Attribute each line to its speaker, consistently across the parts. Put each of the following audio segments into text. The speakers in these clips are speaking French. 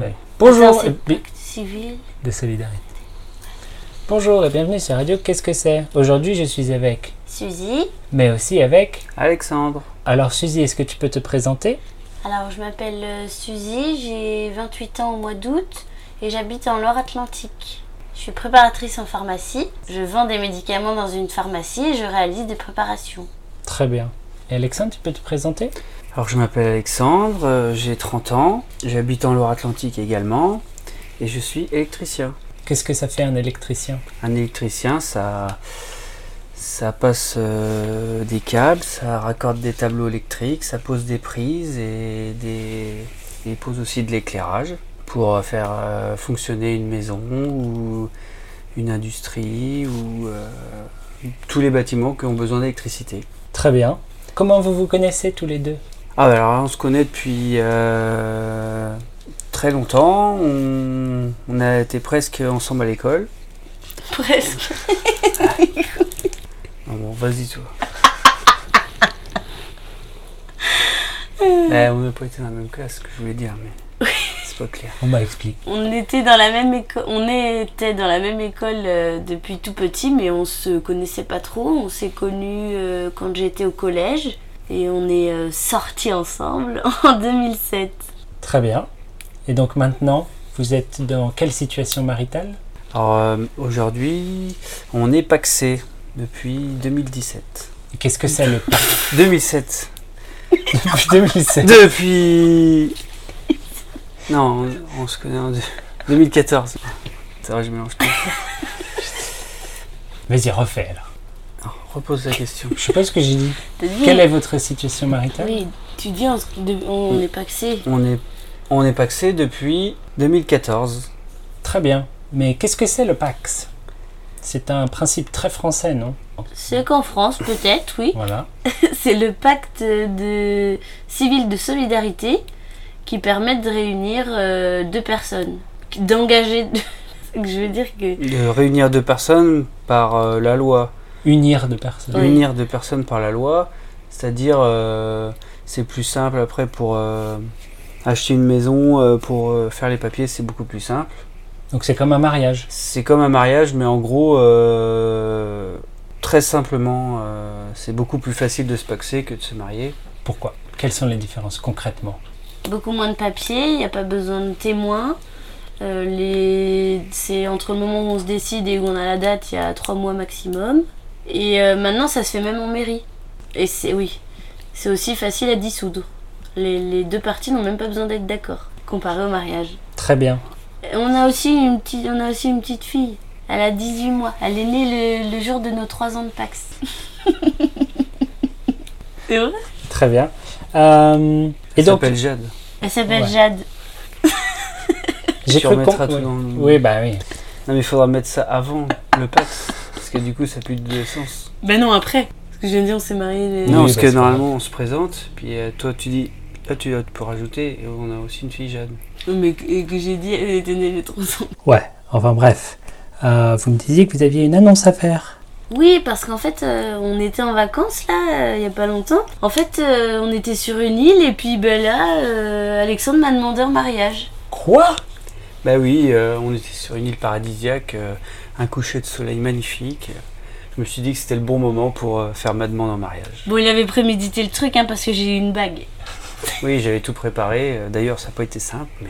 Speaker 1: Oui. Bonjour,
Speaker 2: Ça,
Speaker 1: et
Speaker 2: c'est
Speaker 1: bi-
Speaker 2: Civil.
Speaker 1: de solidarité. Bonjour et bienvenue sur Radio Qu'est-ce que c'est Aujourd'hui, je suis avec,
Speaker 2: Suzy.
Speaker 1: mais aussi avec.
Speaker 3: Alexandre,
Speaker 1: Alors, Suzy, est-ce que tu peux te présenter
Speaker 2: Alors, je m'appelle euh, Suzy, j'ai 28 ans au mois d'août et j'habite en Loire-Atlantique. Je suis préparatrice en pharmacie. Je vends des médicaments dans une pharmacie et je réalise des préparations.
Speaker 1: Très bien. Et Alexandre, tu peux te présenter
Speaker 3: alors je m'appelle Alexandre, euh, j'ai 30 ans, j'habite en Loire-Atlantique également et je suis électricien.
Speaker 1: Qu'est-ce que ça fait un électricien
Speaker 3: Un électricien, ça, ça passe euh, des câbles, ça raccorde des tableaux électriques, ça pose des prises et des, il pose aussi de l'éclairage pour euh, faire euh, fonctionner une maison ou une industrie ou euh, tous les bâtiments qui ont besoin d'électricité.
Speaker 1: Très bien. Comment vous vous connaissez tous les deux
Speaker 3: Ah bah alors on se connaît depuis euh, très longtemps, on, on a été presque ensemble à l'école.
Speaker 2: Presque.
Speaker 3: Ah bon vas-y toi. Eh, on n'a pas été dans la même classe, ce que je voulais dire, mais c'est pas clair.
Speaker 1: On m'a expliqué.
Speaker 2: On était dans la même école, on était dans la même école euh, depuis tout petit, mais on se connaissait pas trop. On s'est connus euh, quand j'étais au collège et on est euh, sortis ensemble en 2007.
Speaker 1: Très bien. Et donc maintenant, vous êtes dans quelle situation maritale
Speaker 3: Alors euh, aujourd'hui, on est paxé depuis 2017.
Speaker 1: Et Qu'est-ce que c'est le pax
Speaker 3: 2007
Speaker 1: depuis 2007
Speaker 3: Depuis. Non, on, on se connaît en deux- 2014. C'est vrai, je mélange tout.
Speaker 1: Vas-y, refais alors.
Speaker 3: Alors, repose la question.
Speaker 1: Je sais pas ce que j'ai dit.
Speaker 2: T'as dit-
Speaker 1: Quelle est votre situation maritale
Speaker 2: Oui, tu dis on, se- de- on est paxé.
Speaker 3: On est, on est paxé depuis 2014.
Speaker 1: Très bien. Mais qu'est-ce que c'est le Pax C'est un principe très français, non
Speaker 2: C'est qu'en France, peut-être, oui.
Speaker 1: Voilà.
Speaker 2: C'est le pacte de civil de solidarité qui permet de réunir euh, deux personnes, d'engager. deux- Je veux dire que
Speaker 3: De réunir deux personnes par euh, la loi.
Speaker 1: Unir de personnes.
Speaker 2: Oui.
Speaker 3: Réunir deux personnes par la loi, c'est-à-dire euh, c'est plus simple après pour euh, acheter une maison, euh, pour euh, faire les papiers, c'est beaucoup plus simple.
Speaker 1: Donc c'est comme un mariage.
Speaker 3: C'est comme un mariage, mais en gros, euh, très simplement, euh, c'est beaucoup plus facile de se paxer que de se marier.
Speaker 1: Pourquoi Quelles sont les différences concrètement
Speaker 2: beaucoup moins de papier, il n'y a pas besoin de témoins. Euh, les... C'est entre le moment où on se décide et où on a la date, il y a trois mois maximum. Et euh, maintenant, ça se fait même en mairie. Et c'est oui, c'est aussi facile à dissoudre. Les, les deux parties n'ont même pas besoin d'être d'accord, comparé au mariage.
Speaker 1: Très bien.
Speaker 2: Et On a, aussi une petite, on a aussi une petite fille. Elle a 18 mois. Elle est née le, le jour de nos 3 ans de Pax. c'est vrai
Speaker 1: Très bien. Euh, et
Speaker 3: Elle
Speaker 1: donc,
Speaker 3: s'appelle Jade.
Speaker 2: Elle s'appelle
Speaker 1: Ouais.
Speaker 2: Jade.
Speaker 1: j'ai
Speaker 3: Tu
Speaker 1: cru
Speaker 3: remettras
Speaker 1: com-
Speaker 3: tout dans le-
Speaker 1: Oui, bah oui.
Speaker 3: Non, mais il faudra mettre ça avant le pax, parce que du coup, ça n'a plus de sens.
Speaker 2: Ben non, après. Parce que je viens de dire, on s'est mariés. les-
Speaker 3: Non,
Speaker 1: Oui,
Speaker 3: parce
Speaker 1: bah,
Speaker 3: que
Speaker 1: c'est pas
Speaker 3: normalement on se présente, puis euh, toi tu dis, là tu peux rajouter, et on a aussi une fille Jade.
Speaker 2: Non, Oh, Mais que, et que j'ai dit, elle était née les 3 ans.
Speaker 1: Ouais, enfin bref. Euh, vous me disiez que vous aviez une annonce à faire.
Speaker 2: Oui, parce qu'en fait, euh, on était en vacances là, euh, il y a pas longtemps. En fait, euh, on était sur une île et puis ben là, euh, Alexandre m'a demandé en mariage.
Speaker 1: Quoi
Speaker 3: Bah oui, euh, on était sur une île paradisiaque, euh, un coucher de soleil magnifique. Je me suis dit que c'était le bon moment pour euh, faire ma demande en mariage.
Speaker 2: Bon, il avait prémédité le truc hein, parce que j'ai eu une bague.
Speaker 3: Oui, j'avais tout préparé, euh, d'ailleurs ça n'a pas été simple, mais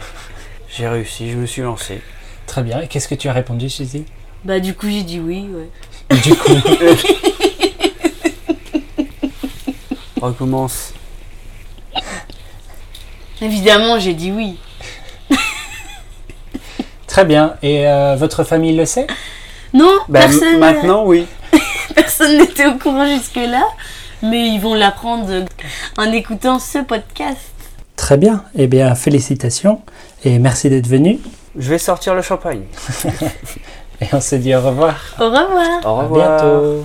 Speaker 3: j'ai réussi, je me suis lancé.
Speaker 1: Très bien. Et qu'est-ce que tu as répondu, Suzy
Speaker 2: Bah du coup, j'ai dit oui, ouais.
Speaker 1: Du coup,
Speaker 3: Recommence.
Speaker 2: Évidemment, j'ai dit oui.
Speaker 1: très bien. Et euh, votre famille le sait
Speaker 2: Non,
Speaker 3: Bah, m-
Speaker 2: personne
Speaker 3: maintenant oui.
Speaker 2: personne n'était au courant jusque-là, mais ils vont l'apprendre en écoutant ce podcast.
Speaker 1: Très bien. Eh bien, félicitations et merci d'être venu.
Speaker 3: Je vais sortir le champagne.
Speaker 1: Et on se dit au revoir.
Speaker 2: Au revoir.
Speaker 3: Au
Speaker 1: À
Speaker 3: revoir.
Speaker 1: bientôt.